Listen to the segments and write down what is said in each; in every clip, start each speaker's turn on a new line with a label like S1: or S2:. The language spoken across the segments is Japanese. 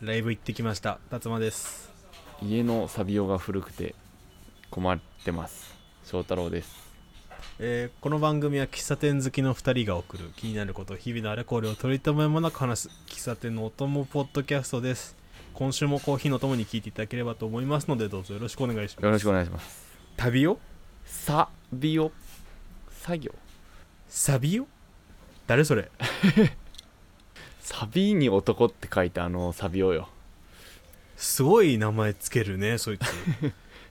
S1: ライブ行ってきました達馬です
S2: 家のサビオが古くて困ってます翔太郎です
S1: えーこの番組は喫茶店好きの2人が送る気になること日々のあれこれを取り留めもなく話す喫茶店のお供ポッドキャストです今週もコーヒーのともに聞いていただければと思いますのでどうぞよろしくお願いします
S2: よろしくお願いします
S1: タビオ
S2: サビオ作業
S1: サビオ誰それ
S2: サビに男って書いてあのサビオよ
S1: すごい名前つけるねそい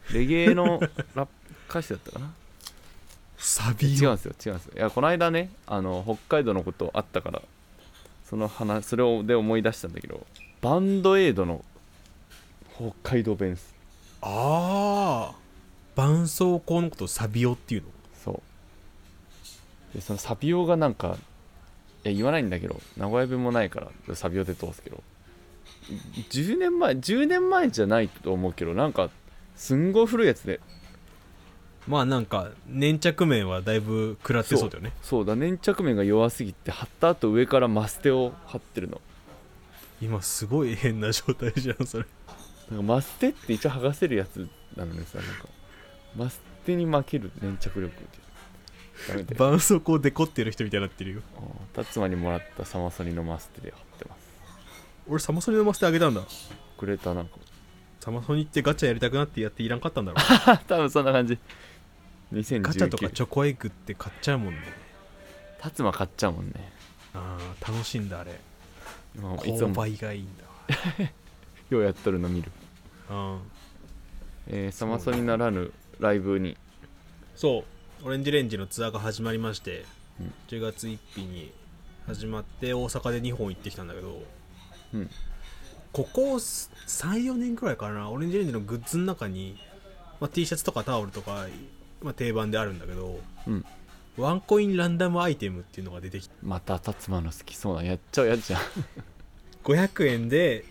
S1: つ
S2: レゲエのラップ歌手だったか な
S1: サ
S2: 違
S1: ビ
S2: うん
S1: オ
S2: ですよ違うんですよいやこの間ねあの北海道のことあったからその話それをで思い出したんだけどバンドエイドの北海道弁です
S1: ああ絆創膏のことをサビオっていうの
S2: そうでそのサビオがなんかいや言わないんだけど名古屋弁もないからサビオで通すけど10年前10年前じゃないと思うけどなんかすんごい古いやつで
S1: まあなんか粘着面はだいぶ食らってそうだよね
S2: そうだ粘着面が弱すぎて貼った後上からマステを貼ってるの
S1: 今すごい変な状態じゃんそれ
S2: なんかマステって一応剥がせるやつなのにさなんかマステに負ける粘着力ってダメだよ
S1: 絆創膏デコってる人みたいになってるよ
S2: うん辰馬にもらったサマソニのマステで貼ってます
S1: 俺サマソニ飲ませてあげたんだ
S2: くれたなんか
S1: サマソニってガチャやりたくなってやっていらんかったんだろ
S2: 多分そんな感じ 2019
S1: ガチャとかチョコエッグって買っちゃうもんね
S2: 辰馬買っちゃうもんね、
S1: あー楽しいんだあれ
S2: まあ、いつ
S1: 購
S2: も
S1: 買がいいんだ
S2: ようやっとるの見る、
S1: わうん
S2: えーサマソニならぬライブに
S1: そうオレンジレンジのツアーが始まりまして、
S2: うん
S1: 10月1日に始まって大阪で2本行ってきたんだけど、
S2: うん
S1: ここ34年くらいかなオレンジレンジのグッズの中に、まあ、T シャツとかタオルとか、まあ、定番であるんだけど、
S2: うん
S1: ワンコインランダムアイテムっていうのが出てきて
S2: また辰馬の好きそうなやっちゃうやつじゃん
S1: 500円で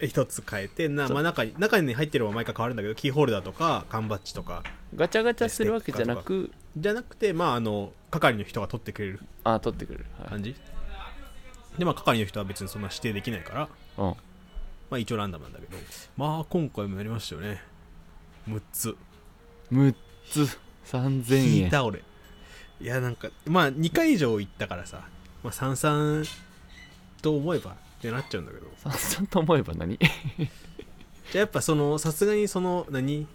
S1: 1つ買えてな、まあ、中に中に入ってるのは毎回変わるんだけどキーホルダーとか缶バッジとか
S2: ガチャガチャするわけじゃなく
S1: じゃなくてまああの係の人が取ってくれる
S2: あ取ってくれる、はい
S1: 感じでまあ係の人は別にそんな指定できないから
S2: うん、
S1: まあ一応ランダムなんだけどまあ今回もやりましたよね6つ
S2: 6つ3000
S1: 引
S2: 円
S1: いた俺いやなんかまあ2回以上行ったからさまあ三々と思えばってなっちゃうんだけど
S2: ささんと思えば何
S1: じゃあやっぱそのさすがにその何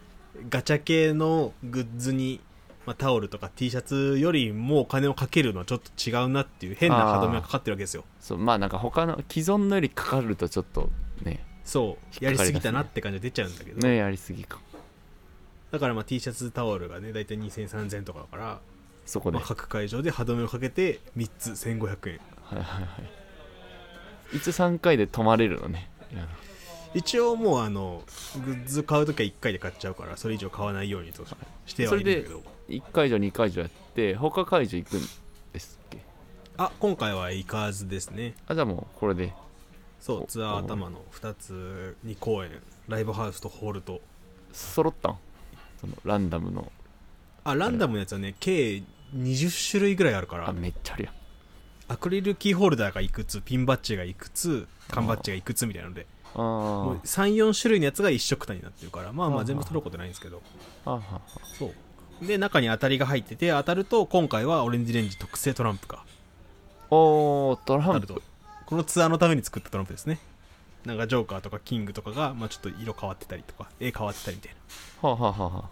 S1: ガチャ系のグッズに、まあ、タオルとか T シャツよりもお金をかけるのはちょっと違うなっていう変な歯止めがかかってるわけですよ
S2: そうまあなんか他の既存のよりかかるとちょっとね
S1: そうやり
S2: 引っかかりますね
S1: すぎたなって感じが出ちゃうんだけど、
S2: ねやりすぎか
S1: だからまあ T シャツタオルがね大体20003000とかだから、
S2: そこで、
S1: まあ、各会場で歯止めをかけて3つ1500円
S2: はいはいはい一応3回で止まれるのね
S1: 一応もうあのグッズ買うときは1回で買っちゃうからそれ以上買わないようにとしてはいるんだけど
S2: 1会場2会場やって他会場行くんですっけ
S1: あ今回は行かずですね
S2: あじゃあもうこれで
S1: そう
S2: お
S1: ツアー頭の2つ2公演ライブハウスとホールと
S2: 揃ったんそのランダムの
S1: あランダムのやつはね計20種類ぐらいあるか
S2: あ
S1: ら
S2: めっちゃあるやん
S1: アクリルキーホルダーがいくつピンバッジがいくつ缶バッジがいくつみたいなので
S2: あー
S1: もう34種類のやつが一色単になってるからまあま
S2: あ
S1: あ
S2: ー
S1: 全部取ることないんですけど
S2: あはは
S1: そうで中に当たりが入ってて当たると今回はオレンジレンジ特製トランプが
S2: おート
S1: 当
S2: ラ
S1: た
S2: ン
S1: る
S2: プ
S1: とこのツアーのために作ったトランプですねなんかジョーカーとかキングとかが、まあ、ちょっと色変わってたりとか絵変わってたりみたいな
S2: はあはあはあは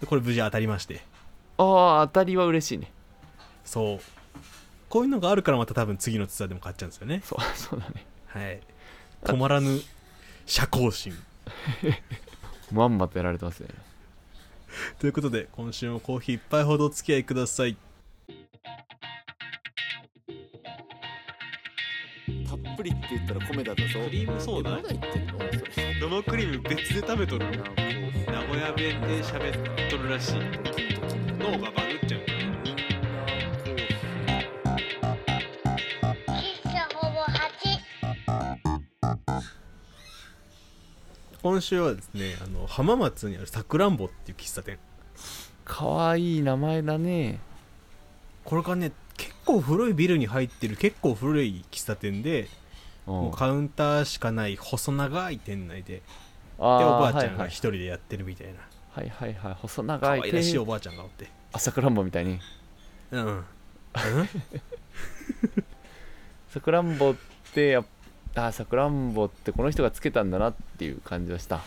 S1: でこれ無事当たりまして
S2: ああー当たりは嬉しいね
S1: そうこういうのがあるからまた多分次のツアーでも買っちゃうんですよね
S2: そう そうだね
S1: はい止まらぬ社交心
S2: まんまとやられてますね
S1: ということで今週もコーヒー一杯ほどお付き合いください
S3: たっぷりって言ったら米田だぞ
S1: リームソーダ
S3: えまだ言ってるの
S1: 生クリーム別で食べとる名古屋弁で喋っとるらしい脳がバグっちゃう
S4: 喫茶ほぼ8。
S1: 今週はですねあの浜松にあるさくらんぼっていう喫茶店
S2: かわいい名前だね
S1: これがね結構古いビルに入ってる結構古い喫茶店で、
S2: うん
S1: もうカウンターしかない細長い店内でで
S2: あ
S1: お
S2: ー
S1: ばあちゃん
S2: は
S1: が
S2: い
S1: 一人でやってるみたいな
S2: はい、はいはいはい細
S1: 可
S2: 長い
S1: 愛らしいおば
S2: 庭園
S1: あちゃんがおって
S2: 朝倉んぼみたいに
S1: うんうん
S2: さくらんぼってやっあーさくらんぼってこの人がつけたんだなっていう感じはした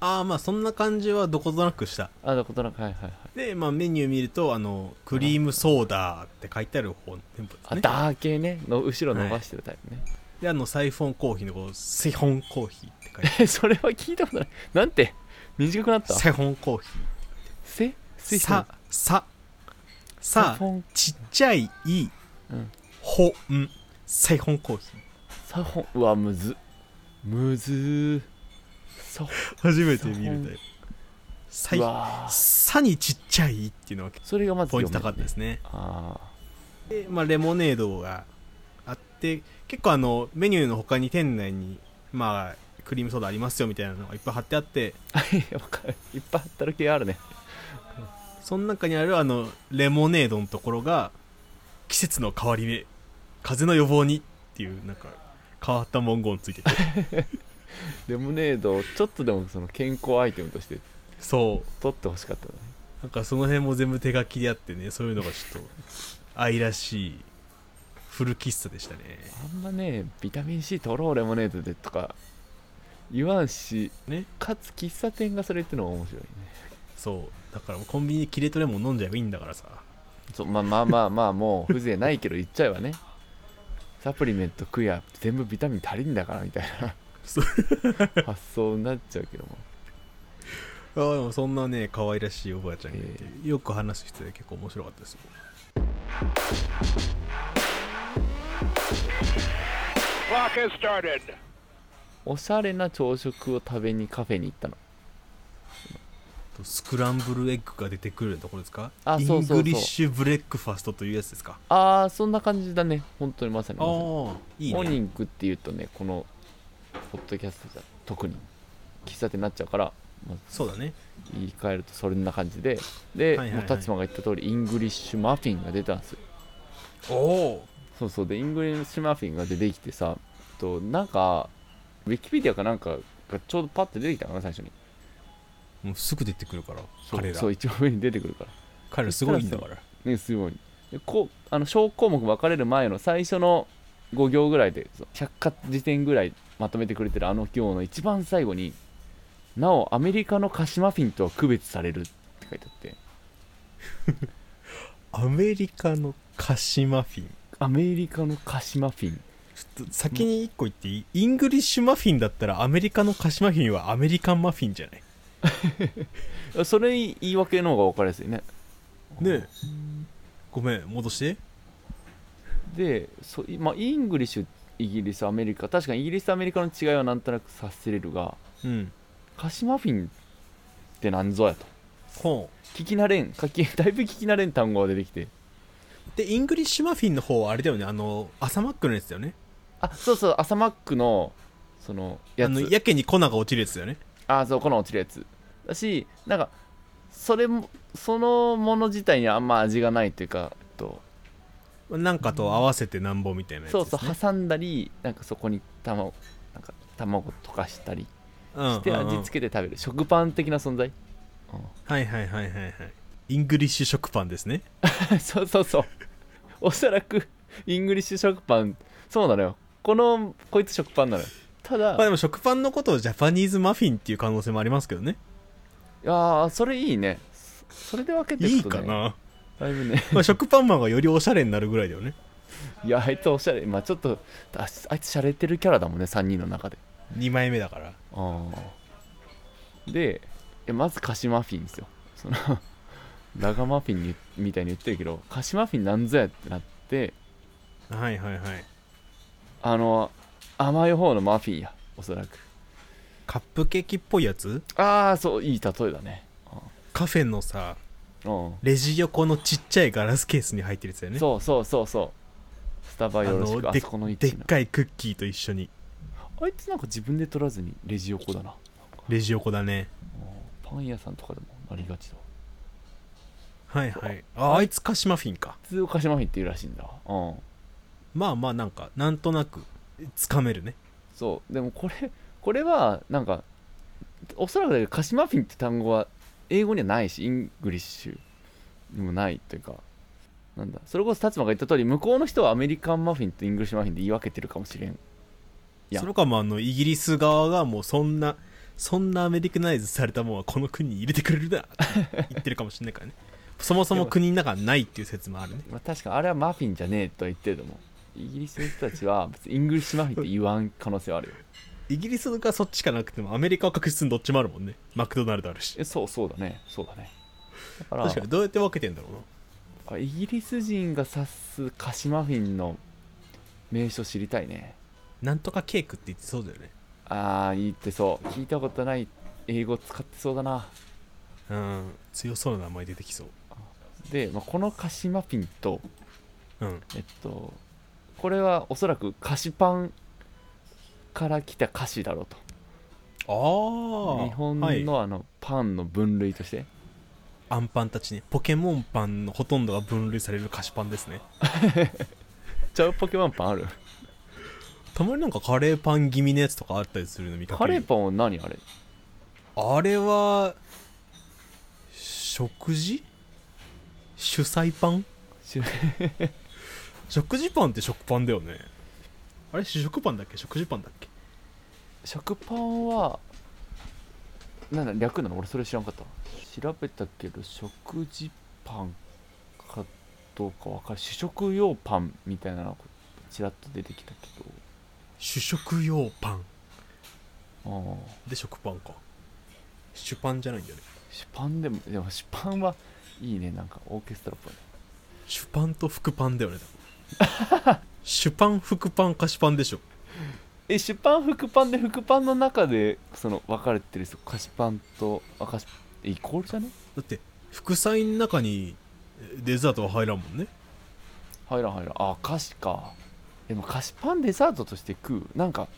S1: ああまあそんな感じはどことなくした
S2: あなことなくはいはいはい
S1: で、まあ、メニュー見るとあのクリームソーダって書いてある方の店舗です
S2: あ
S1: ね
S2: ダー系ねの後ろ伸ばしてるタイプね、
S1: であのサイフォンコーヒーのこうサイフォンコーヒーって書いてあ
S2: えそれは聞い たことないなんて短くなっ
S1: る
S2: た
S1: サイフォンコーヒ
S2: せ
S1: ー
S2: 水
S1: ささ
S2: サ
S1: さ
S2: フォン
S1: ちっちゃいい
S2: うん
S1: ほんサイフォンコーヒ
S2: サフォンうわむずむずーサフ
S1: ー初めて見るタイプサ
S2: ォン
S1: イ
S2: うわー
S1: さにちっちゃいっていうのが
S2: それがまず
S1: ポイント高かっ
S2: 読め
S1: た
S2: る
S1: で
S2: ね
S1: すね
S2: ああ
S1: で、まあ、レモネードがあって結構あのメニューの他に店内にまあクリームソーダありますよみたいなのがいっぱい貼ってあって
S2: はいわかるいっぱい働きがあるね
S1: その中にあるあのレモネードのところが季節の変わり目風邪の予防にっていうなんか変わった文言ついてて
S2: レモネードをちょっとでもその健康アイテムとして
S1: そう
S2: 取ってほしかったね
S1: なんかその辺も全部手書きであってねそういうのがちょっと愛らしい古喫茶でしたね
S2: あんまねビタミン C 取ろうレモネードでとか言わんし、
S1: ね
S2: かつ喫茶店がそれってのが面白いね
S1: そうだからもうコンビニでキレートレモン飲んじゃえばいいんだからさ
S2: そうまあまあまあまあもう風情ないけど言っちゃえばねサプリメント食いや全部ビタミン足りんだからみたい
S1: そ
S2: な発想になっちゃうけども
S1: あーでもそんなね可愛らしいおばあちゃんがいて、よく話す人で結構面白かったですよ
S2: おしゃれな朝食を食べにカフェに行ったの
S1: とスクランブルエッグが出てくるところですか
S2: あそうそうそう
S1: イングリッシュブレックファストというやつですか
S2: ああそんな感じだね本当にまさに
S1: あ
S2: まさ
S1: あ
S2: に
S1: いい
S2: モーニ
S1: ね
S2: ングっていうとねこのポッドキャストじゃ特に喫茶店になっちゃうから、まあ、
S1: そうだね
S2: 言い換えるとそんな感じでで、
S1: はいはいはい
S2: もう達馬が言った通りイングリッシュマフィンが出たんですよ
S1: おお
S2: そうそうでイングリッシュマフィンが出てきてさとなんかウィキペディアかなんかがちょうどパッて出てきたのかな最初に
S1: もうすぐ出てくるから
S2: そう
S1: 彼ら
S2: そう一番上に出てくるから
S1: 彼らすごいんだから
S2: ねすごいでこうあの小項目分かれる前の最初の5行ぐらいでそう百科事典ぐらいまとめてくれてるあの行の一番最後になおアメリカの菓子マフィンとは区別されるって書いてあって
S1: アメリカのカシマフィン
S2: アメリカの菓子マフィン
S1: ちょっと先に一個言っていい、イングリッシュマフィンだったらアメリカのカシマフィンはアメリカンマフィンじゃない
S2: それ言い訳の方が分かりやすいね
S1: ねえごめん戻して
S2: でそういまあイングリッシュイギリスアメリカ確かにイギリスとアメリカの違いはなんとなく察せれるが
S1: うん
S2: 菓子マフィンって何ぞやと
S1: ほう
S2: 聞き慣れん書き だいぶ聞き慣れん単語が出てきて
S1: でイングリッシュマフィンの方はあれだよねあの朝マックのやつだよね
S2: あそうそう朝マックのそのや
S1: あの
S2: つ
S1: やけに粉が落ちるやつだよね
S2: あそうこの落ちるやつだしなんかそれもそのもの自体にあんま味がないというか、えっと
S1: なんかと合わせてなんぼみたいなやつ
S2: そ
S1: で
S2: う
S1: す、ね、
S2: そう挟んだりなんかそこに卵なんか卵溶かしたり
S1: うん
S2: して
S1: うんうん
S2: 味付けて食べる食パン的な存在
S1: はいはいはいはいはいイングリッシュ食パンですね
S2: そうそうそうおそらくイングリッシュ食パンそうなのよこのこいつ食パンなのよただ
S1: まあでも食パンのことをジャパニーズマフィンっていう可能性もありますけどね
S2: いやーそれいいねそそれで分けて
S1: いい
S2: くと、
S1: か
S2: ね、
S1: な、
S2: だいぶね
S1: まあ、食パンマンがよりおしゃれになるぐらいだよね
S2: いやあいつおしゃれまあちょっとああいつしゃれてるキャラだもんね3人の中で
S1: 2枚目だから
S2: ああでえまず菓子マフィンですよその ラガマフィンにみたいに言ってるけど菓子マフィンなんぞやってなって
S1: はいはいはい
S2: あの甘い方のマフィンやおそらく
S1: カップケーキっぽいやつ
S2: ああそういい例えだね
S1: カフェのさ
S2: うん
S1: レジ横のちっちゃいガラスケースに入ってるやつだよね
S2: そうそうそうそうスタバよろしくあ
S1: で
S2: そこの位
S1: で
S2: 置
S1: っ
S2: の
S1: かいクッキーと一緒に
S2: あいつなんか自分で取らずにレジ横だな
S1: レジ横だね
S2: うんパン屋さんとかでもありがちだわ
S1: はいはいああいつカシマフィンか
S2: 普通を菓子マフィンっていうらしいんだわうん
S1: まあまあなんかなんとなくつかめるね
S2: そうでもこれこれはなんかおそらくだけどカシマフィンって単語は英語にはないしイングリッシュにもないというかなんだそれこそ達馬が言った通り向こうの人はアメリカンマフィンとイングリッシュマフィンで言い分けてるかもしれんいや
S1: それかもあのイギリス側がもうそんなそんなアメリカナイズされたもんはこの国に入れてくれるなって言ってるかもしれないからねそもそも国の中にないっていう説もあるね
S2: まあ、確かあれはマフィンじゃねえとは言ってると思うイギリスの人たち は別にイングリッシュマフィンって言わん可能性はあるよ
S1: イギリスがそっちかなくてもアメリカは確実にどっちもあるもんねマクドナルドあるし
S2: えそうそうだねそうだねだから
S1: 確かにどうやって分けてんだろうな
S2: あイギリス人が指すカシマフィンの名所知りたいね
S1: なんとかケークって言ってそうだよね
S2: ああ言ってそう聞いたことない英語使ってそうだな
S1: うん強そうな名前出てきそう
S2: で、まあ、このカシマフィンと
S1: うん
S2: えっとこれはおそらく菓子パンから来た菓子だろうと
S1: ああ
S2: 日本
S1: はい、
S2: のあのパンの分類として、
S1: アンパンたちねポケモンパンのほとんどが分類される菓子パンですね
S2: ちゃうポケモンパンある
S1: たまになんかカレーパン気味のやつとかあったりするの見かけ
S2: カレー
S1: る
S2: パンは何あれ
S1: あれは食事主菜パン
S2: し
S1: 食事パンって食パンだよねあれ主食パンだっけ食事パンだっけ
S2: 食パンはなんだ略なの俺それ知らんかった調べたけど食事パンかどうかわかる主食用パンみたいなのがちらっと出てきたけ
S1: 主食用パン
S2: どああ
S1: で食パンか主パンじゃないんだよね
S2: シュパンでもでもシュパンはいいねなんかオーケストラっぽい
S1: 主パンと副パンだよね多 分主パン副パン菓子パンでしょ
S2: えシュパン副パンで副パンの中でその分かれてる人菓子パンとあ菓子えイコールじゃね
S1: だって副菜の中にえデザートは入らんもんね
S2: 入らん入らんあ菓子かでも菓子パンデザートとして食うなんか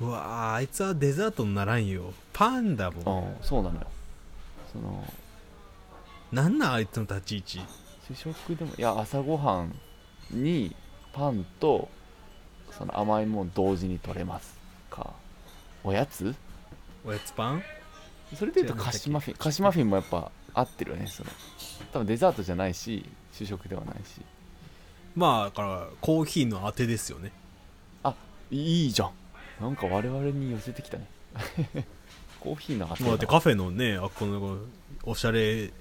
S1: うわーあいつはデザートにならんよパンだ
S2: う
S1: もん
S2: んそうなのよその
S1: なんなんあいつの立ち位置
S2: 主食でもいや朝ごはんにパンとその甘いもん同時に取れますかおやつ
S1: おやつパン
S2: それでいうと菓子マフィン菓子マフィンもやっぱ合ってるよねその多分デザートじゃないし主食ではないし
S1: まあだからコーヒーのあてですよね
S2: いいじゃんなんか我々に寄せてきたね コーヒーの味
S1: もうだってカフェのねあこのおしゃれ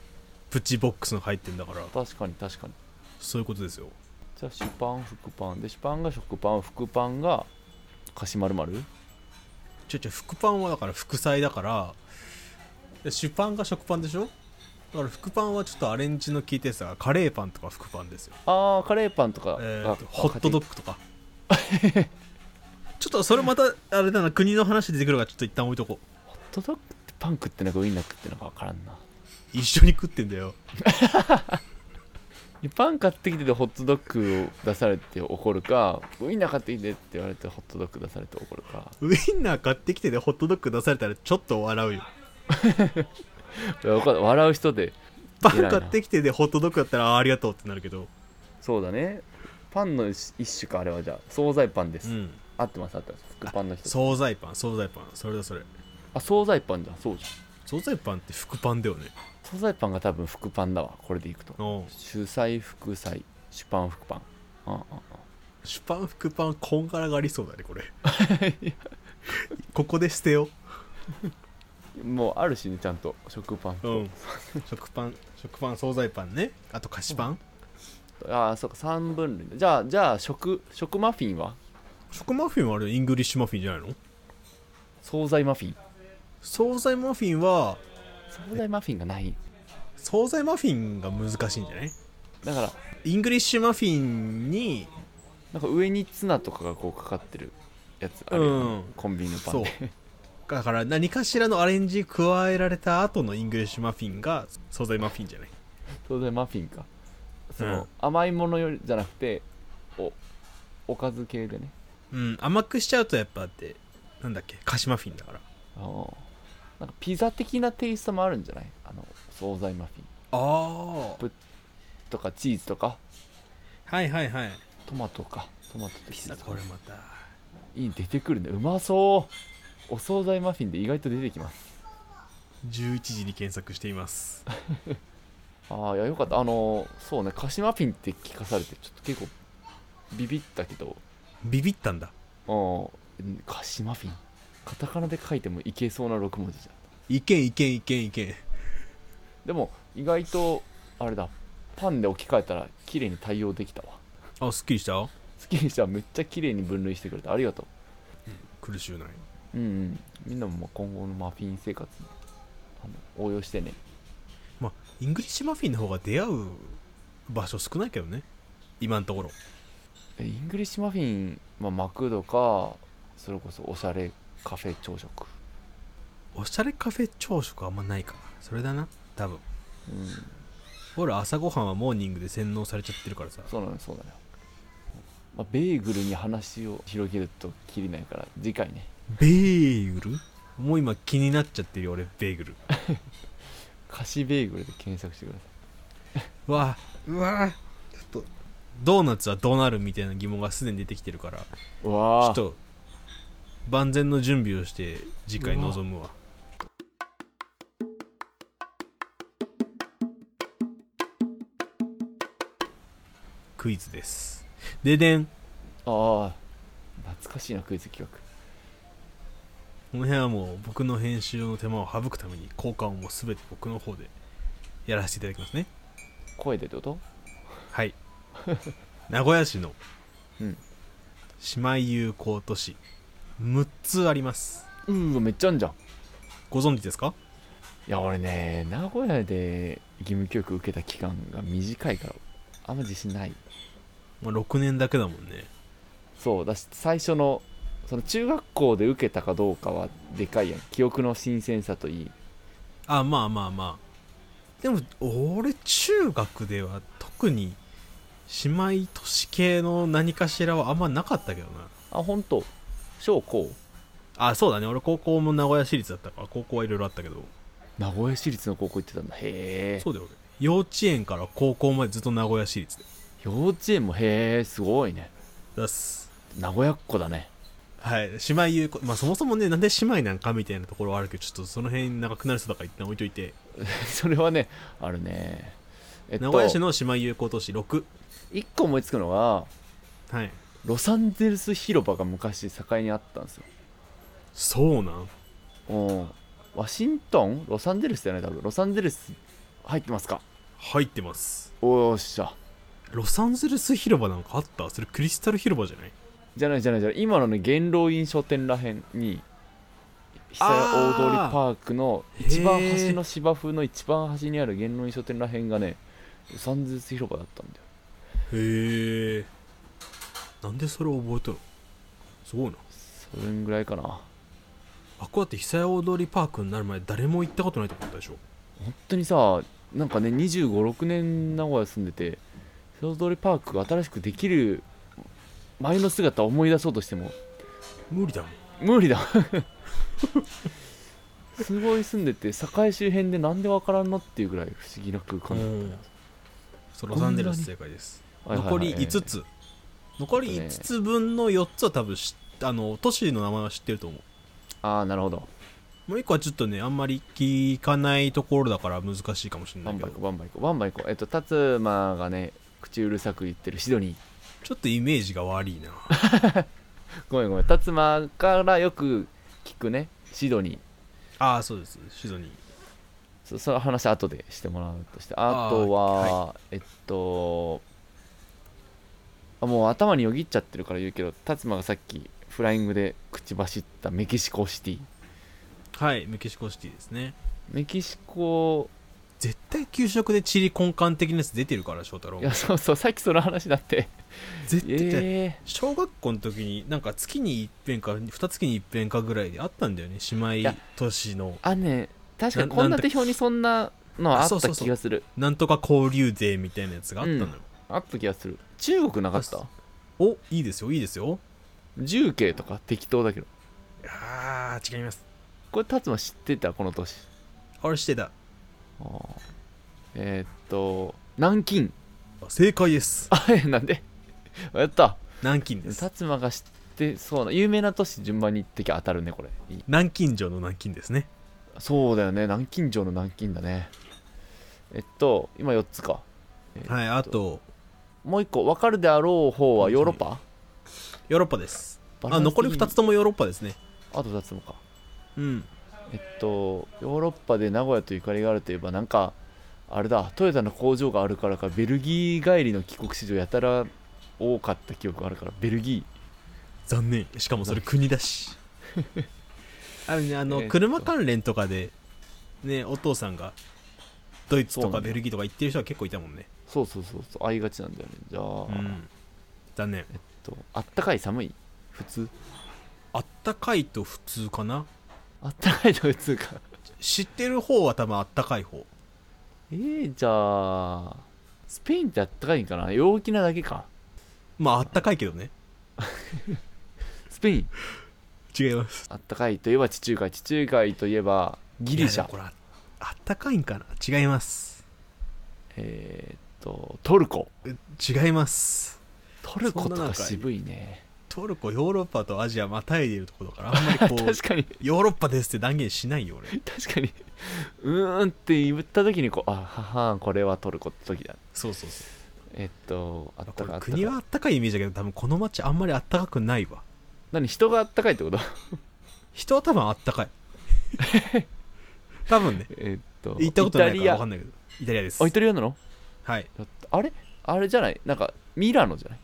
S1: プチボックスの入ってんだから
S2: 確かに確かに
S1: そういうことですよ
S2: じゃあ主パン副パンで主パンが食パン副パンが菓子丸々
S1: ちょちょ副パンはだから副菜だからで主パンが食パンでしょだから副パンはちょっとアレンジの効いてさカレーパンとか副パンですよ、
S2: ああカレーパンとか、
S1: えー
S2: あ
S1: とホットドッグとか ちょっとそれまたあれだな国の話出てくるからちょっと一旦置いとこう
S2: ホットドッグってパン食ってなんかウインナー食ってなんか分からんな
S1: 一緒に食ってんだよ
S2: パン買ってきててホットドッグを出されて怒るかウインナー買ってきてって言われてホットドッグ出されて怒るか
S1: ウインナー買ってきてでホットドッグ出されたらちょっと笑うよ
S2: いやわかる笑う人で
S1: パン買ってきてでホットドッグだったらあーありがとうってなるけど
S2: そうだねパンの一一種かあれはじゃあ惣菜パンです、
S1: うん
S2: 合ってます合ってます副パンの人
S1: 惣菜パン惣菜パンそれだそれ
S2: あ惣菜パンじゃんそうじゃ
S1: 惣菜パンって副パンだよね
S2: ん惣菜パンが多分副パンだわこれでいくと
S1: おう
S2: 主菜副菜主パン副パンあああ
S1: 主パン副パンこんがらがりそうだねこれここで捨てよ
S2: あもうあるしねちゃんと食パン
S1: う、う
S2: と、
S1: ん、食パン食パン惣菜パンねあと菓子パン、
S2: ああそうか3分類じゃあじゃあ食食マフィンは
S1: 食マフィンはあれイングリッシュマフィンじゃないの
S2: 惣菜マフィン
S1: 惣菜マフィンは
S2: 惣菜マフィンがない
S1: 惣菜マフィンが難しいんじゃない
S2: だから
S1: イングリッシュマフィンに
S2: なんか上にツナとかがこうかかってるやつあるよね、
S1: うん
S2: コンビニのパン
S1: そう
S2: で
S1: だから何かしらのアレンジ加えられた後のイングリッシュマフィンが惣菜マフィンじゃない
S2: 惣菜マフィンかその、
S1: うん
S2: 甘いものよりじゃなくておおかず系でね
S1: うん甘くしちゃうとやっぱだってなんだっけ菓子マフィンだから
S2: あーなんかピザ的なテイストもあるんじゃないあの惣菜マフィン
S1: ああ
S2: とかチーズとか
S1: はいはいはい
S2: トマトかトマトと
S1: ピ
S2: チー
S1: ザ
S2: ズ
S1: これまた
S2: いい出てくるねうまそうお惣菜マフィンで意外と出てきます
S1: 11時に検索しています
S2: ああいやよかったあのそうね菓子マフィンって聞かされてちょっと結構ビビったけど
S1: ビビったんだ
S2: うん菓子マフィンカタカナで書いてもいけそうな6文字じゃん
S1: いけんいけんいけんいけん
S2: でも意外とあれだパンで置き換えたら綺麗に対応できたわ
S1: あすっきりした
S2: スキリシャはめっちゃ綺麗に分類してくれてありがと
S1: 苦しゅうない、
S2: ううん、うん、みんなもまあ今後のマフィン生活にあの応用してね
S1: まあ、イングリッシュマフィンの方が出会う場所少ないけどね今のところ
S2: えイングリッシュマフィン、まあ、マクドかそれこそおしゃれカフェ朝食
S1: おしゃれカフェ朝食あんまないかなそれだな多分
S2: うん
S1: 俺朝ごはんはモーニングで洗脳されちゃってるからさ
S2: そうなのよそうなのよ、まあ、ベーグルに話を広げるときりないから次回ね
S1: ベーグルもう今気になっちゃってるよ俺ベーグル
S2: 菓子ベーグルで検索してくださ
S1: うわうわちょっとドーナツはどうなるみたいな疑問がすでに出てきてるからち
S2: いうわ
S1: ょ
S2: あ
S1: っと万全の準備をして次回臨むわクイズですででん
S2: ああ懐かしいなクイズ企画
S1: この辺はもう僕の編集の手間を省くために交換をもう全て僕の方でやらせていただきますね
S2: 声でってこと
S1: はい 名古屋市の
S2: うん
S1: 姉妹友好都市6つあります
S2: うーわめっちゃあんじゃん
S1: ご存知ですか
S2: いや俺ね名古屋で義務教育受けた期間が短いからあんま自信ない
S1: まあ、6年だけだもんね
S2: そうだし最初のその中学校で受けたかどうかはでかいやん記憶の新鮮さといい
S1: あまあまあまあでも俺中学では特に姉妹都市系の何かしらはあんまなかったけどな
S2: あ本当小高
S1: あそうだね俺高校も名古屋市立だったから高校はいろいろあったけど
S2: 名古屋市立の高校行ってたんだへえ
S1: そうだよ俺幼稚園から高校までずっと名古屋市立で
S2: 幼稚園もへえすごいね
S1: 出す
S2: 名古屋っ子だね
S1: はい姉妹友好まあそもそもねなんで姉妹なんかみたいなところはあるけどちょっとその辺長くなる人だから一旦置いといて、
S2: それはねあるねえっ
S1: 名
S2: と
S1: 古屋市の姉妹友好都市6
S2: 1個思いつくのが
S1: はい
S2: ロサンゼルス広場が昔境にあったんですよ
S1: そうなん
S2: うんワシントンロサンゼルスだよね多分ロサンゼルス入ってますか
S1: 入ってます
S2: おーっしゃ
S1: ロサンゼルス広場なんかあったそれクリスタル広場じゃない
S2: じゃないじゃないじゃない今のね元老院商店らへんに久屋大通りパークの一番端の芝生の一番端にある元老院商店らへんがねロサンゼルス広場だったんだよ
S1: へえなんでそれ覚えとるすごいな
S2: それぐらいかな
S1: あこうやって久屋大通りパークになる前誰も行ったことないってことでしょ
S2: 本当にさなんかね2 5 6年名古屋住んでて久屋大通りパークが新しくできる前の姿を思い出そうとしても
S1: 無理だもん
S2: 無理だすごい住んでて堺周辺でなんでわからんのっていうぐらい不思議な空間だったね
S1: そうロサンゼルス正解です
S2: はいはいは
S1: 残
S2: い
S1: り5つ残り5つ分の4つは多分知っあの都市の名前は知ってると思
S2: ああなるほど
S1: うもう1個はちょっとねあんまり聞かないところだから難しいかもしれな
S2: ワ
S1: い
S2: ン
S1: け
S2: バ
S1: ど
S2: イコワンバイコワンバイコえっと辰馬がね口うるさく言ってるシドニー
S1: ちょっとイメージが悪いな
S2: ごめんごめん辰馬からよく聞くねシドニー
S1: ああそうですシドニー
S2: そ その話後でしてもらうとしてあと
S1: あ
S2: は、えっとあもう頭によぎっちゃってるから言うけど辰馬がさっきフライングで口走ったメキシコシティ
S1: はいメキシコシティですね
S2: メキシコ
S1: 絶対給食でチリ根幹的なやつ出てるから翔太郎
S2: いやそうそうさっきその話だって
S1: 絶対、
S2: え
S1: 小学校の時になんか月に一遍か二月に一遍かぐらいであったんだよね姉妹
S2: や
S1: 都市の
S2: ー、あね確かに
S1: なな
S2: 献
S1: んだ
S2: 立表にそんなのあっ
S1: あそうそ
S2: た
S1: うそう
S2: 気がする
S1: なんとか交流税みたいなやつがあったのよ、
S2: あった気がする中国なかった
S1: あおいいですよいいですよ
S2: 重慶とか適当だけど
S1: あー違います
S2: これ辰馬知ってたこの年
S1: 俺してた
S2: あーえーっと南京
S1: 正解です
S2: あえなんでやった
S1: 南京です
S2: 辰馬が知っってそうな有名な都市順番に行ってきゃ当たるねこれいい
S1: 南京城の南京ですね
S2: そうだよね南京城の南京だねえっと今4つか
S1: はいあと
S2: もう1個分かるであろう方はヨーロッパ
S1: ヨーロッパです
S2: バラ
S1: あ
S2: ンス
S1: 残り
S2: 的に
S1: 2つともヨーロッパですね
S2: あと2つもか
S1: うん
S2: えっとヨーロッパで名古屋とゆかりがあるといえばなんかあれだトヨタの工場があるからかベルギー帰りの帰国子女やたら多かった記憶があるからベルギ
S1: 残念しかもそれ国だし あるねあの、
S2: えーっと
S1: 車関連とかでねお父さんがドイツ
S2: そ
S1: と
S2: うな
S1: か
S2: んだ
S1: ベルギーとか行ってる人は結構いたもんね
S2: ーそうそうそうそう合いがちなんだよねじゃあ、
S1: う
S2: えっ
S1: ん残念
S2: とあったかい寒い普通
S1: あったかいと普通かな
S2: あったかいと普通か
S1: 知ってる方は多分あったかい方
S2: えー、じゃあスペインってあったかいんかな陽気なだけか
S1: まああったかいけどね
S2: スペイン
S1: 違います
S2: あったかいといえば地中海地中海といえばギリシ
S1: いや
S2: ャ
S1: でもこれああったかいんかな違います
S2: えーっとトルコ
S1: 違います
S2: トルコ
S1: そ
S2: と
S1: んな
S2: か
S1: 中
S2: 渋いね
S1: トルコヨーロッパとアジアまたいでいるところだからあんま りこう
S2: 確かに
S1: ヨーロッパですって断言しないよ俺
S2: 確かにうーんって言った時にこうあははんこれはトルコって時だ
S1: そうそうそう
S2: えっとあっ
S1: まあ
S2: た
S1: こ
S2: かい
S1: れ
S2: あった
S1: 国は
S2: か
S1: あったかいイメージだけど多分この街あんまりあったかくないわ
S2: なに人があったかいってこと
S1: 人は多分あったかい多分ね
S2: えっと
S1: 行ったことないから分か
S2: イ
S1: んないけどイタリアです
S2: タリアあイタリアなの
S1: はい
S2: だってあれあれじゃないなんかミラノじゃない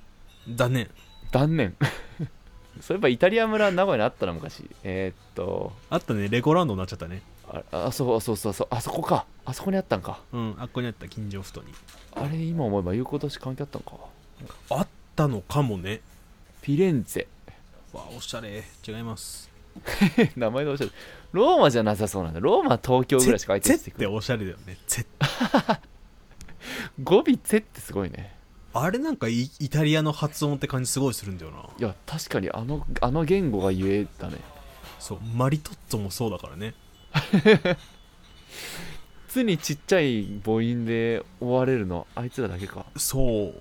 S1: 残念
S2: 断念 そういえばイタリア村名古屋にあったな昔えっと
S1: あったねレゴランドになっちゃったね
S2: ああそうそうそうそうあそこかあそこにあったんか
S1: うんあっこにあった近所ふとに
S2: あれ今思えば有効都市関係あったんか
S1: あったのかもね
S2: フィレンツェ
S1: わあおしゃれ違います
S2: 名前でおっしゃるローマじゃなさそうなんだローマ東京ぐらいしか相手
S1: ゼ
S2: して
S1: っ
S2: く
S1: て
S2: る
S1: おしゃれだよねゼ
S2: 語尾「ツェ」ってすごいね
S1: あれなんかイイタリアの発音って感じすごいするんだよない
S2: や確かにあのあの言語がゆえだね
S1: そうマリトッツォもそうだからね
S2: 普通にちっちゃい母音で追われるのあいつらだけか
S1: そう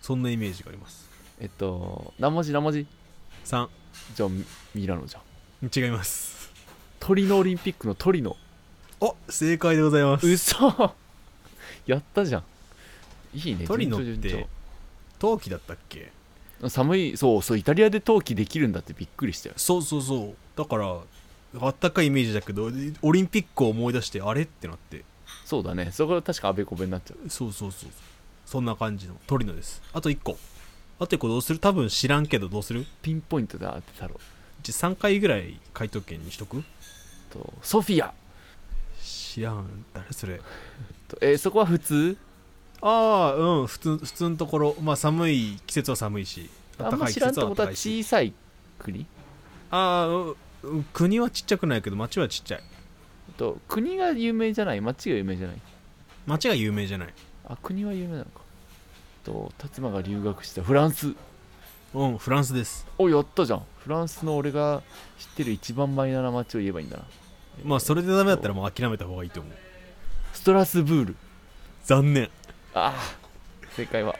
S1: そんなイメージがあります
S2: えっと何文字何文字
S1: 3
S2: じゃあミミラノじゃん
S1: 違います
S2: トリノオリンピックのトリノ
S1: お正解でございます
S2: 嘘やったじゃんいいね
S1: トリノっ
S2: 順調順
S1: て陶器だったっけ
S2: 調寒いそうそうイタリアで陶器できるんだってびっくりしたよ
S1: そうそうそうだからあったかいイメージだけどオリンピックを思い出してあれってなって
S2: そうだねそこは確かあべこべになっちゃう
S1: そうそうそうそんな感じのトリノですあと1個あと1個どうする多分知らんけどどうする
S2: ピンポイントだってたろ
S1: じゃ3回ぐらい回答権にしとく
S2: とソフィア
S1: 知らん誰それ
S2: とえーそこは普通
S1: ああうん普通普通のところまあ寒い季節は寒いし
S2: あん
S1: 暖か
S2: ま
S1: い季
S2: 知らんっ
S1: 節
S2: て
S1: は
S2: こ
S1: 暖
S2: とは
S1: かいし
S2: 小さい国
S1: ああうん国はちっちゃくないけど町はちっちゃい
S2: と国が有名じゃない町が有名じゃない
S1: 町が有名じゃない
S2: あ国は有名なのかと達馬が留学したフランス
S1: うんフランスです
S2: おやったじゃんフランスの俺が知ってる一番マイナーな町を言えばいいんだな
S1: まあそれでダメだったらもう諦めた方がいいと思う
S2: ストラスブール
S1: 残念
S2: ああ正解は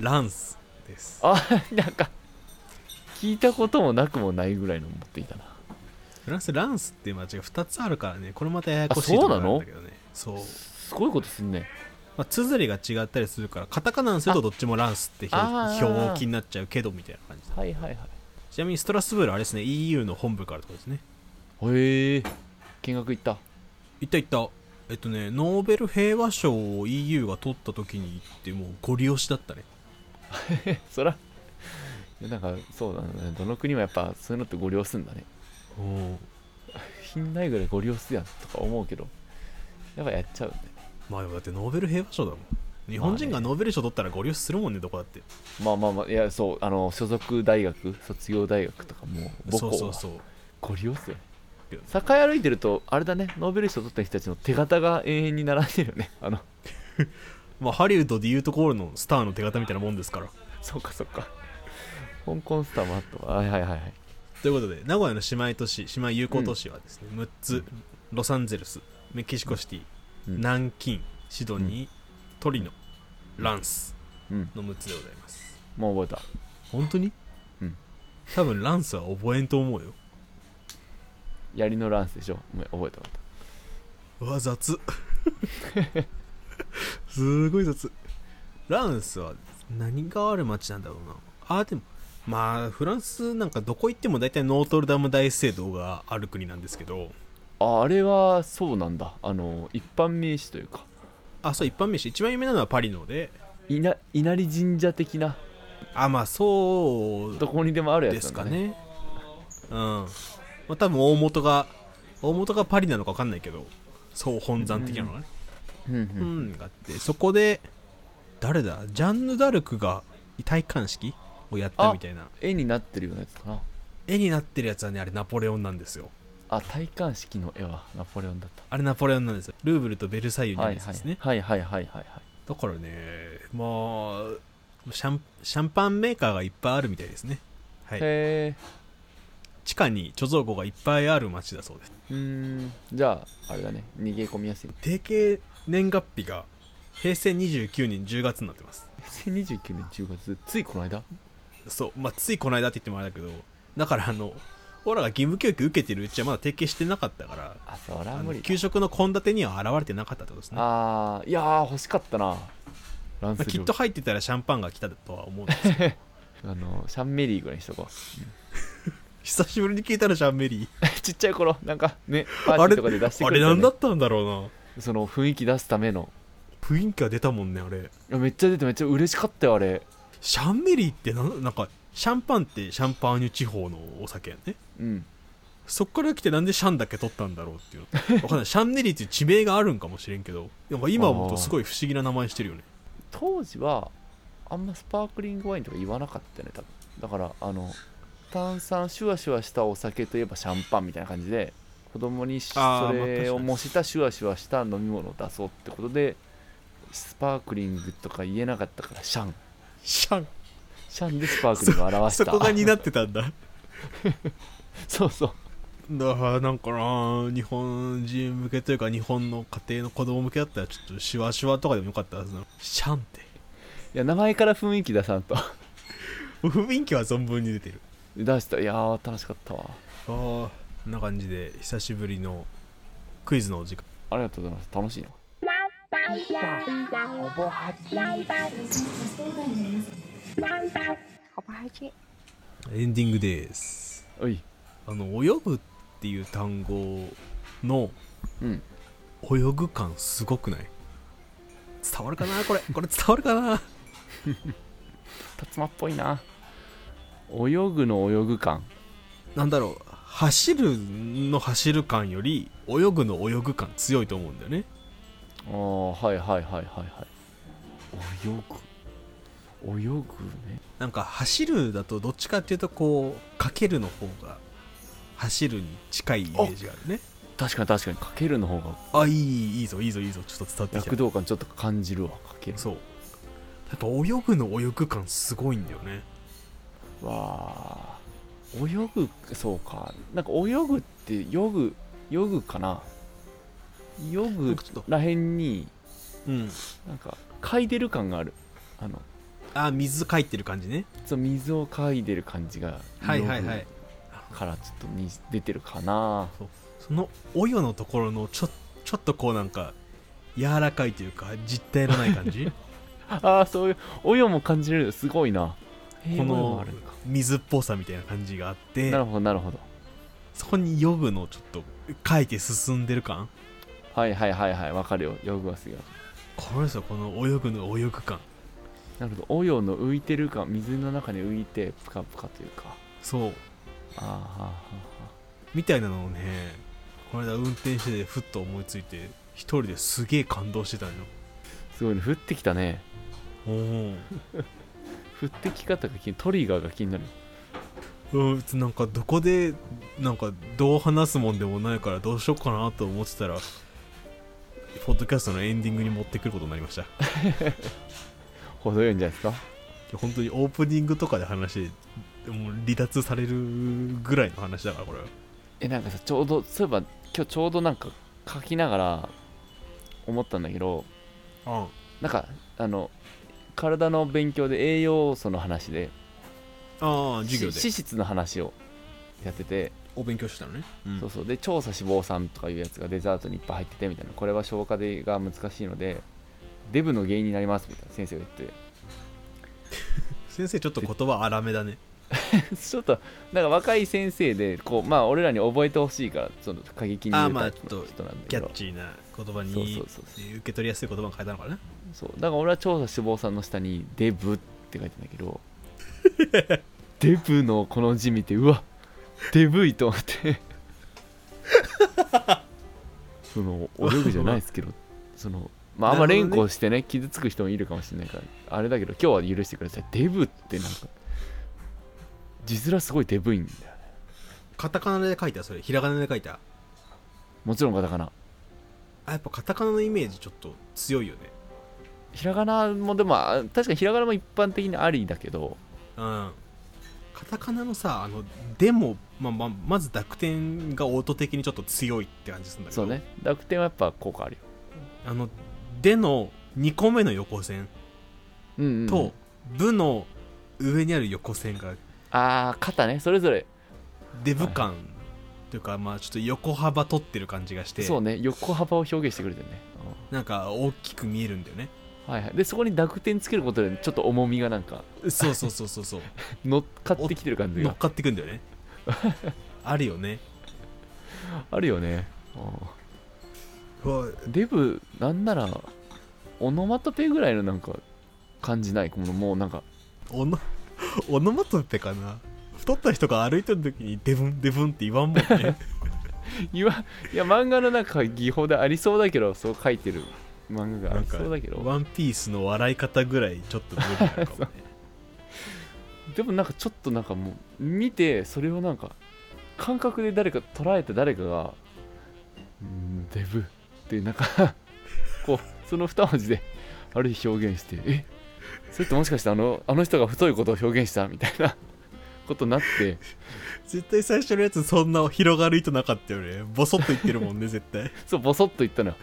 S1: ランスです
S2: あ なんか聞いたこともなくもないぐらいの持っていたな
S1: フランスランスっていう街が2つあるからねこれまたややこしいところなんだけどねそう
S2: すごいことすんね
S1: まあ、綴りが違ったりするからカタカナにするとどっちもランスって
S2: あ
S1: 表
S2: あー
S1: 表記になっちゃうけどみたいな感じ
S2: はいはいはい
S1: ちなみにストラスブールあれですね EU の本部からとかですね
S2: へえ見学行った
S1: 行った行ったえっとねノーベル平和賞を EU が取った時に行ってもうゴリ押しだったね
S2: そらいやなんかそうだねどの国もやっぱそういうのってご利用すんだね
S1: うん
S2: 品ないぐらいご利用すやんとか思うけどやっぱやっちゃうんだよね
S1: まあでもだってノーベル平和賞だもん日本人がノーベル賞取ったらゴリ押しするもんねどこだって
S2: まあまあまあいやそうあの所属大学卒業大学とかもう母
S1: そう
S2: 校
S1: そう
S2: は
S1: そう
S2: ご利用すよ
S1: けどね
S2: 栄え歩いてるとあれだねノーベル賞取った人たちの手形が永遠に並んでるよねあの
S1: まあハリウッドでいうところのスターの手形みたいなもんですから
S2: そうかそうか香港スターもあったわはいはいはいはい
S1: ということで名古屋の姉妹都市姉妹友好都市はですね、6つロサンゼルスメキシコシティ、
S2: うん
S1: 南京シドニー、トリノランス
S2: うん
S1: の6つでございます
S2: もう覚え
S1: 本当に
S2: うん
S1: 多分ランスは覚えんと思うよ
S2: 槍のランスでしょごめん覚えた覚え
S1: うわ雑 すごい雑ランスは何がある街なんだろうなあーでもまあフランスなんかどこ行っても大体ノートルダム大聖堂がある国なんですけど
S2: たああれはそうなんだあの一般名詞というか
S1: あそう一般名詞一番有名なのはパリので
S2: 稲稲荷神社的な
S1: あまあそう
S2: どこにでもあるや
S1: で
S2: つ
S1: す
S2: な
S1: か
S2: んだね
S1: ねうんまあ多分大元が大元がパリなのか分かんないけどそう本山的なのがね
S2: うん
S1: う
S2: うん
S1: んがあってそこで誰だジャンヌ・ダルクが戴冠式をやったみたいな
S2: 絵になってるようなやつかな
S1: 絵になってるやつはねあれナポレオンなんですよ
S2: あ戴冠式の絵はナポレオンだっ
S1: あれナポレオンなんですよルーブルとベルサイユ
S2: た
S1: にある
S2: はい
S1: やつ
S2: は
S1: で
S2: い
S1: すね、
S2: はいはいはいはいはい
S1: だからねまあシャンシャンパンメーカーがいっぱいあるみたいですねはい
S2: へ
S1: 地下に貯蔵庫がいっぱいある町だそうです
S2: えうーんじゃああれだね逃げ込みやすい
S1: 定型年月日が平成29年10月になってます
S2: 2029年10月ついこの間
S1: そう、まあ、ついこの間って言ってもあれだけど、だからあの、オラが義務教育受けてるうちはまだ提携してなかったから、
S2: あそら
S1: あ
S2: 無
S1: の
S2: 理だ
S1: 給食の献立には現れてなかったってことですね。ま
S2: あーいやー欲しかったなランス
S1: あ、
S2: 料
S1: きっと入ってたらシャンパンが来たとは思うんですけど
S2: あのシャンメリーぐらいにしとこ
S1: 久しぶりに聞いたらシャンメリ
S2: う ちっちゃい頃なんかねパーティ
S1: あ
S2: ー
S1: れ
S2: とかで出して
S1: ー。あ
S2: くれ
S1: れ
S2: た、ね、
S1: 何だったんだろ
S2: その雰囲気出すための
S1: うな。雰囲気が出たもんね、あれ。
S2: いやめっちゃ出てめっちゃ嬉しかったよあれ
S1: シャンメリーってなん、なんか、シャンパンってシャンパーニュ地方のお酒やね。
S2: うん
S1: そっから来てなんでシャンだけ取ったんだろうっていう の。わかんない。シャンメリーっていう地名があるんかもしれんけど、なんか今思うとすごい不思議な名前してるよね。
S2: 当時はあんまスパークリングワインとか言わなかったよね多分だからあの炭酸シュワシュワしたお酒といえばシャンパンみたいな感じで子供にし
S1: あー
S2: それを模したシュワシュワした飲み物を出そうってことでスパークリングとか言えなかったからシャン
S1: シャン
S2: シャンでスパークリングを表した
S1: そこが担
S2: っ
S1: ってたんだ
S2: そうそう
S1: だからなんかな日本人向けというか日本の家庭の子供向けだったらちょっとシュワシュワとかでもよかったはずなのシャンって
S2: いや名前から雰囲気出さんと
S1: 雰囲気は存分に出てる
S2: 出したいやー楽しかったわ
S1: ああこんな感じで久しぶりのクイズのお時間
S2: ありがとうございます楽しいな
S4: 好吧，还这
S1: エンディングです
S2: おい
S1: あの泳ぐっていう単語の
S2: うん
S1: 泳ぐ感すごくない伝わるかなこれこれ伝わるかな
S2: 竜馬っぽいな泳ぐの泳ぐ感
S1: なんだろう走るの走る感より泳ぐの泳ぐ感強いと思うんだよね
S2: ああはいはいはいはいはい泳ぐ泳ぐね
S1: なんか走るだとどっちかっていうとこうかけるの方が走るに近いイメージがあるね
S2: 確かに確かにかけるの方が
S1: あいいいいぞいいぞいいぞちょっと伝わってき
S2: 躍
S1: た
S2: 動感ちょっと感じるわかける
S1: そうやっぱ泳ぐの泳ぐ感すごいんだよね
S2: わあ泳ぐそうかなんか泳ぐって泳ぐ泳ぐかな泳
S1: な
S2: ぐ
S1: んかちょっと
S2: らへんに
S1: うん
S2: なんか嗅いでる感があるあの
S1: あ水かいてる感じね
S2: そう水を嗅いでる感じが
S1: はいはいは
S2: 泳
S1: い
S2: ぐからちょっとに出てるかな
S1: そのおよのところのちょちょっとこうなんか柔らかいというか実体のない感 じ
S2: ああそういうおよも感じれるすごいな
S1: こ
S2: へーおよもあ
S1: の
S2: るんか
S1: 水っぽさみたいな感じがあって
S2: なるほどなるほど
S1: そこにヨグのちょっと書いて進んでる感
S2: はいはいはいはいわかるよよくはすよ
S1: これですよこの泳ぐの泳ぐ感
S2: なるほどおよの浮いてる感水の中に浮いてプカプカというか
S1: そう
S2: あーはーはーは
S1: みたいなのをねこの間運転しててふっと思いついて一人ですげえ感動してたのよ
S2: ーすごいね降ってきたね
S1: う
S2: 降ってき方が気にトリガーが気になる
S1: んうんなんかどこでなんかどう話すもんでもないからどうしようかなと思ってたらポッドキャストのエンディングに持ってくることになりましたい
S2: 程よいんじゃないですか
S1: や本当にオープニングとかで話してもう離脱されるぐらいの話だからこれは
S2: えなんかさちょうどそういえば今日ちょうどなんか書きながら思ったんだけどなんかあの体の勉強で栄養素の話で
S1: ああ授業で
S2: し資質の話をやってて、
S1: お勉強してたのね、うん
S2: そうそうで調査脂肪酸とかいうやつがデザートにいっぱい入っててみたいなこれは消化でが難しいのでデブの原因になりますみたいな先生が言って
S1: 先生ちょっと言葉荒めだね
S2: ちょっとなんか若い先生でこうまあ俺らに覚えてほしいからその過激に
S1: あー
S2: 言う
S1: まあ
S2: タイ
S1: ち
S2: プ
S1: ょっ
S2: の
S1: と
S2: 人なんだ
S1: キ
S2: け
S1: ャッ
S2: ど
S1: チーな言葉に
S2: そうそうそうそ
S1: 受け取りやすい言葉を変えたのかな
S2: そうだから俺は調査脂肪酸の下にデブって書いてんだ けどデブのこの字見てうわデブいと思って その泳ぐじゃないですけどそのまああんま
S1: なるほど
S2: 連
S1: ね
S2: 呼してね傷つく人もいるかもしれないからあれだけど今日は許してくださいデブってなんか字面すごいデブいんだよね
S1: カタカナで書いたそれひらがなで書いた
S2: もちろんカタカナ
S1: あやっぱカタカナのイメージちょっと強いよね
S2: ひらがなもでもあ確かにひらがなも一般的にありだけど
S1: うんカタカナのさあの「でも」まあまあ、まず濁点が音的にちょっと強いって感じするんだけど
S2: そうね濁点はやっぱ効果あるよ
S1: あの「で」の2個目の横線
S2: うんうんうん
S1: と「部の上にある横線が
S2: ああ肩ねそれぞれ
S1: デブ感というか、まあちょっと横幅取ってる感じがして
S2: そうね横幅を表現してくれてるね、
S1: なんか大きく見えるんだ よね
S2: うんはいはいでそこに濁点つけることでちょっと重みがなんか
S1: そうそうそうそうそう
S2: 乗っかってきてる感じ
S1: 乗
S2: が
S1: っかってくんだよねあるよね
S2: あるよね、
S1: うわ
S2: うんデブなんならオノマトペぐらいのなんか感じないこのもうなんか
S1: オ ノオノマトペかな太った人が歩いてる時にデブンデブンって言わんもん ね
S2: いわいや漫画のなんか技法でありそうだけどそう書いてる漫画があ
S1: なん
S2: り
S1: か
S2: そうだけど
S1: ワンピースの笑い方ぐらいちょっとデブになるかも ね
S2: でもなんかちょっとなんかもう見てそれをなんか感覚で誰か捉えた誰かが「うんデブ」ってなんか こうその二文字である日表現して「えそれってもしかしてあのあの人が太いことを表現した?」みたいなことになって
S1: 絶対最初のやつそんな広がる意図なかったよねボソッと言ってるもんね絶対
S2: そうボソッと言ったのよ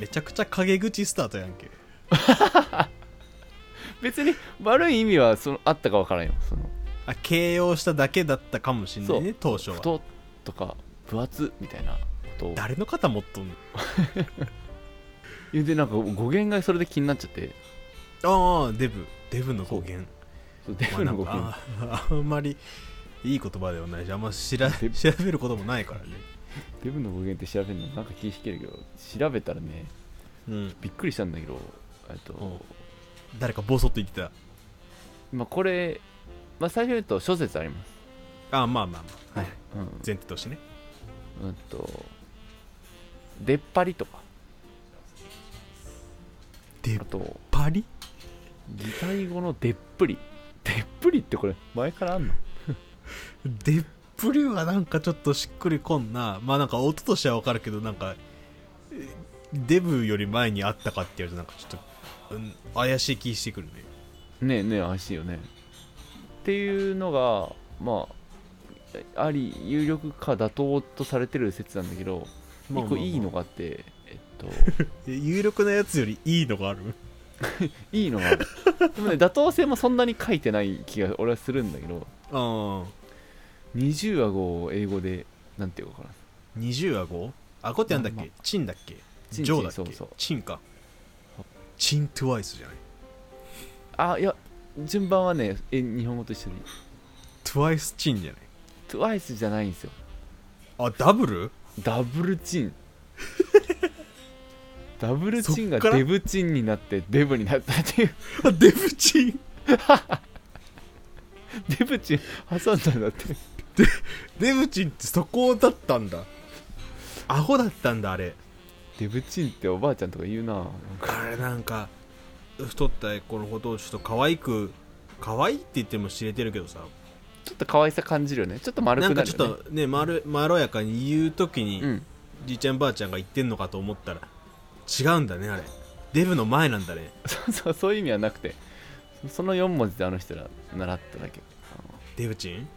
S1: めちゃくちゃ陰口スタートやんけ
S2: 別に悪い意味はそのあったかわからんよその
S1: あ形容しただけだったかもしんないね当初は
S2: 太とか分厚みたいなことを
S1: 誰の肩持っとんの
S2: でなんか語源がそれで気になっちゃって
S1: ああデブデブの語源
S2: そうデ
S1: まあ
S2: ブ
S1: な
S2: の
S1: ん
S2: 語
S1: か
S2: 源
S1: ああんまりいい言葉ではないしあんましら調
S2: デブ
S1: べることもないからね
S2: デブの語源って調べるのなんか気引けるけど調べたらね
S1: うん
S2: びっくりしたんだけどえっと、
S1: うん誰かボソッと言ってた
S2: まあ、これ、まあ、最初に言うと諸説あります、
S1: ああまあまあまあ、はい、
S2: うん
S1: 前提としてね
S2: うんと出っ張りとか
S1: 出っ
S2: あと
S1: 張り
S2: 擬態語の出っぷり出っぷりってこれ前からあんの
S1: 出っ張りはなんかちょっとしっくりこんなまあなんか音としては分かるけどなんかえデブより前にあったかって言われるとなんかちょっと、うん、怪しい気してくるね
S2: ねえねえ怪しいよねっていうのがまああり有力か妥当とされてる説なんだけど
S1: まあまあまあ
S2: 一個いいのがあってえっと
S1: え有力なやつよりいいのがある
S2: いいのがあるでもね妥当性もそんなに書いてない気が俺はするんだけど
S1: ああ
S2: 二重顎を英語でなんていうのかな
S1: 二重顎顎ってなんだっ
S2: まあ
S1: けチンだっけ
S2: チン
S1: ジョーだっけ
S2: チンそうそう
S1: チンか
S2: あ
S1: チントゥワイスじゃない
S2: あいや順番はねえ日本語と一緒に
S1: トゥワイスチンじゃない
S2: TWICE じゃないんですよ
S1: あダブル
S2: ダブルチ ンダブルチンが
S1: そっから
S2: デブチンになってデブになったっていう
S1: あ デブチン
S2: デブチン挟んだんだって
S1: デブチンってそこだったんだ顎だったんだあれ
S2: デブチンっておばあちゃんとか言うななんか
S1: あれなんか太った子のことをちょっと可愛く可愛いって言っても知れてるけどさ
S2: ちょっと可愛さ感じるよねちょっと丸
S1: なん
S2: くな
S1: か
S2: る
S1: ちょっ
S2: よね
S1: とねまろまろやかに言う時に、
S2: うん
S1: じいちゃんばあちゃんが言ってんのかと思ったら違うんだねあれデブの前なんだね
S2: そう そうそういう意味はなくてそその4文字であの人ら習っただけ
S1: デブ チン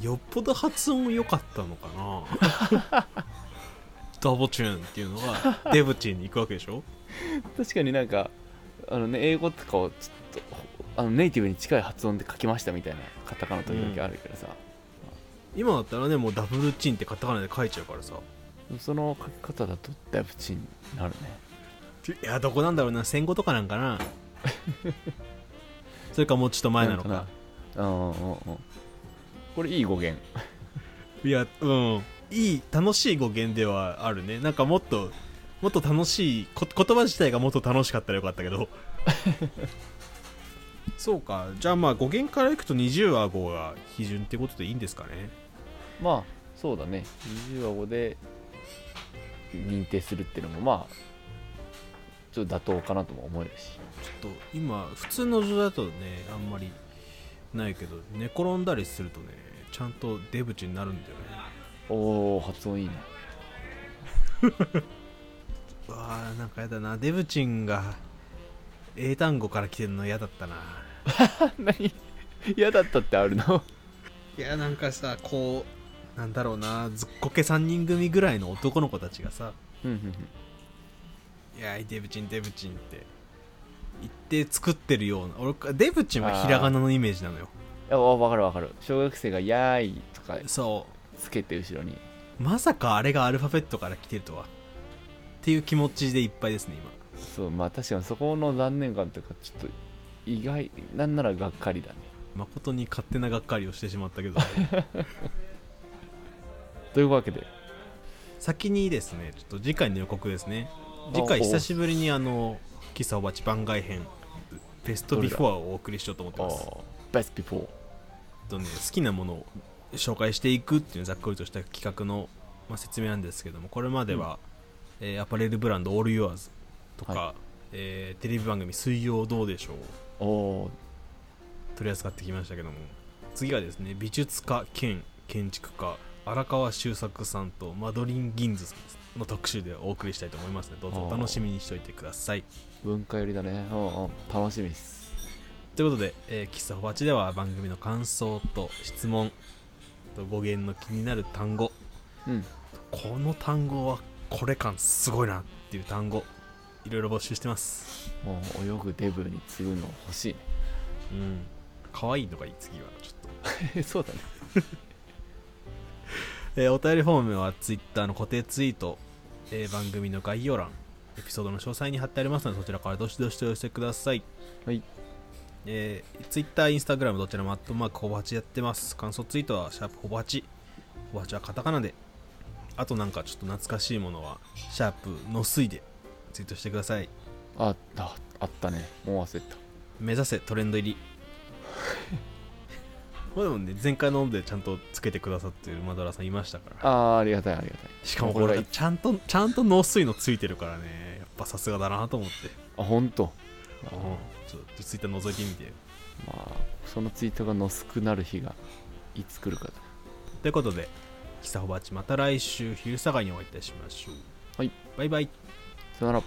S1: よっぽど発音良かったのかな ダボチューンっていうのがデブチンに行くわけでしょ
S2: 確かになんかあのね英語とかをちょっとほあのネイティブに近い発音で書きましたみたいなカタカナ時々あるけどさ、
S1: 今だったらねもうダブルチンってカタカナで書いちゃうからさ
S2: その書き方だとだいぶチンになるね
S1: いやどこなんだろうな戦後とかなんかな それかもうちょっと前なのか
S2: んなうんうんうんこれいい語源
S1: いやうんいい楽しい語源ではあるねなんかもっともっと楽しいこ言葉自体がもっと楽しかったらよかったけ どそうかじゃあまあ語源からいくと20は5が基準ってことでいいんですかね
S2: まあそうだね20話語で認定するっていうのもまあちょっと妥当かなとも思えるし
S1: ちょっと今普通の女だとねあんまりないけど寝転んだりするとねちゃんと出口になるんだよね
S2: おお 発音いいね
S1: うわーなんかやだなデブチンが英単語から来てるの嫌だったな
S2: 何 嫌だったってあるの
S1: いやなんかさこうなんだろうなずっこけ3人組ぐらいの男の子たちがさ
S2: うんうん
S1: 「いやーデブチンデブチン」って言って作ってるような俺デブチンはひらがなのイメージなのよ
S2: いやわ分かる分かる小学生が「やーい」とか
S1: そ
S2: つけて後ろに
S1: うまさかあれがアルファベットから来てるとはっていう気持ちでいっぱいですね今
S2: そうまあ確かにそこの残念感というかちょっと意外なんならがっかりだね
S1: 誠に勝手ながっかりをしてしまったけ ど
S2: というわけで
S1: 先にですねちょっと次回の予告ですね
S2: あ
S1: 次回
S2: お
S1: 久しぶりにあの喫茶おばち番外編ベストビフォアをお送りしようと思ってます
S2: ベストビフォー
S1: えっとね好きなものを紹介していくっていうざっくりとした企画の、まあ、説明なんですけどもこれまでは、えーアパレルブランドオールユアーズとか、
S2: は
S1: えーテレビ番組水曜どうでしょう
S2: おお
S1: 取り扱ってきましたけども次がですね美術家兼建築家荒川修作さんとマドリン・ギンズさんの特集でお送りしたいと思いますのでどうぞお楽しみにしておいてください
S2: 文化寄りだねうんうん楽しみっす
S1: ということで、えー、喫茶ほばちでは番組の感想と質問と語源の気になる単語
S2: うん
S1: この単語はこれ感すごいなっていう単語いろいろ募集してます
S2: もう泳ぐデブに次ぐの欲しい
S1: うん可愛いのがいい次はちょっと
S2: ね そうだね
S1: えーお便りフォームは Twitter の固定ツイート、えー番組の概要欄エピソードの詳細に貼ってありますのでそちらからどしどしとお寄せください、
S2: はい
S1: えー、Twitter、Instagram どちらもアットマークほぼ8やってます感想ツイートはシャープほぼ8ほぼ8はカタカナであとなんかちょっと懐かしいものはシャープのすいでツイートしてください
S2: あああったねもう忘れた
S1: 目指せトレン ド入りまあでもね前回の音でちゃんとつけてくださってるマドラーさんいましたから
S2: あーありがたいありがたい
S1: しかもこれなんかちゃんとちゃんと農水のついてるからねやっぱさすがだなと思って、
S2: あ本当あ
S1: うんちょっとツイッター覗いてみて
S2: まあそのツイートがのすくなる日がいつ来るかだ
S1: ということでキサホバチまた来週昼下がりにお会いいたしましょう
S2: はい
S1: バイバイ
S2: さよなら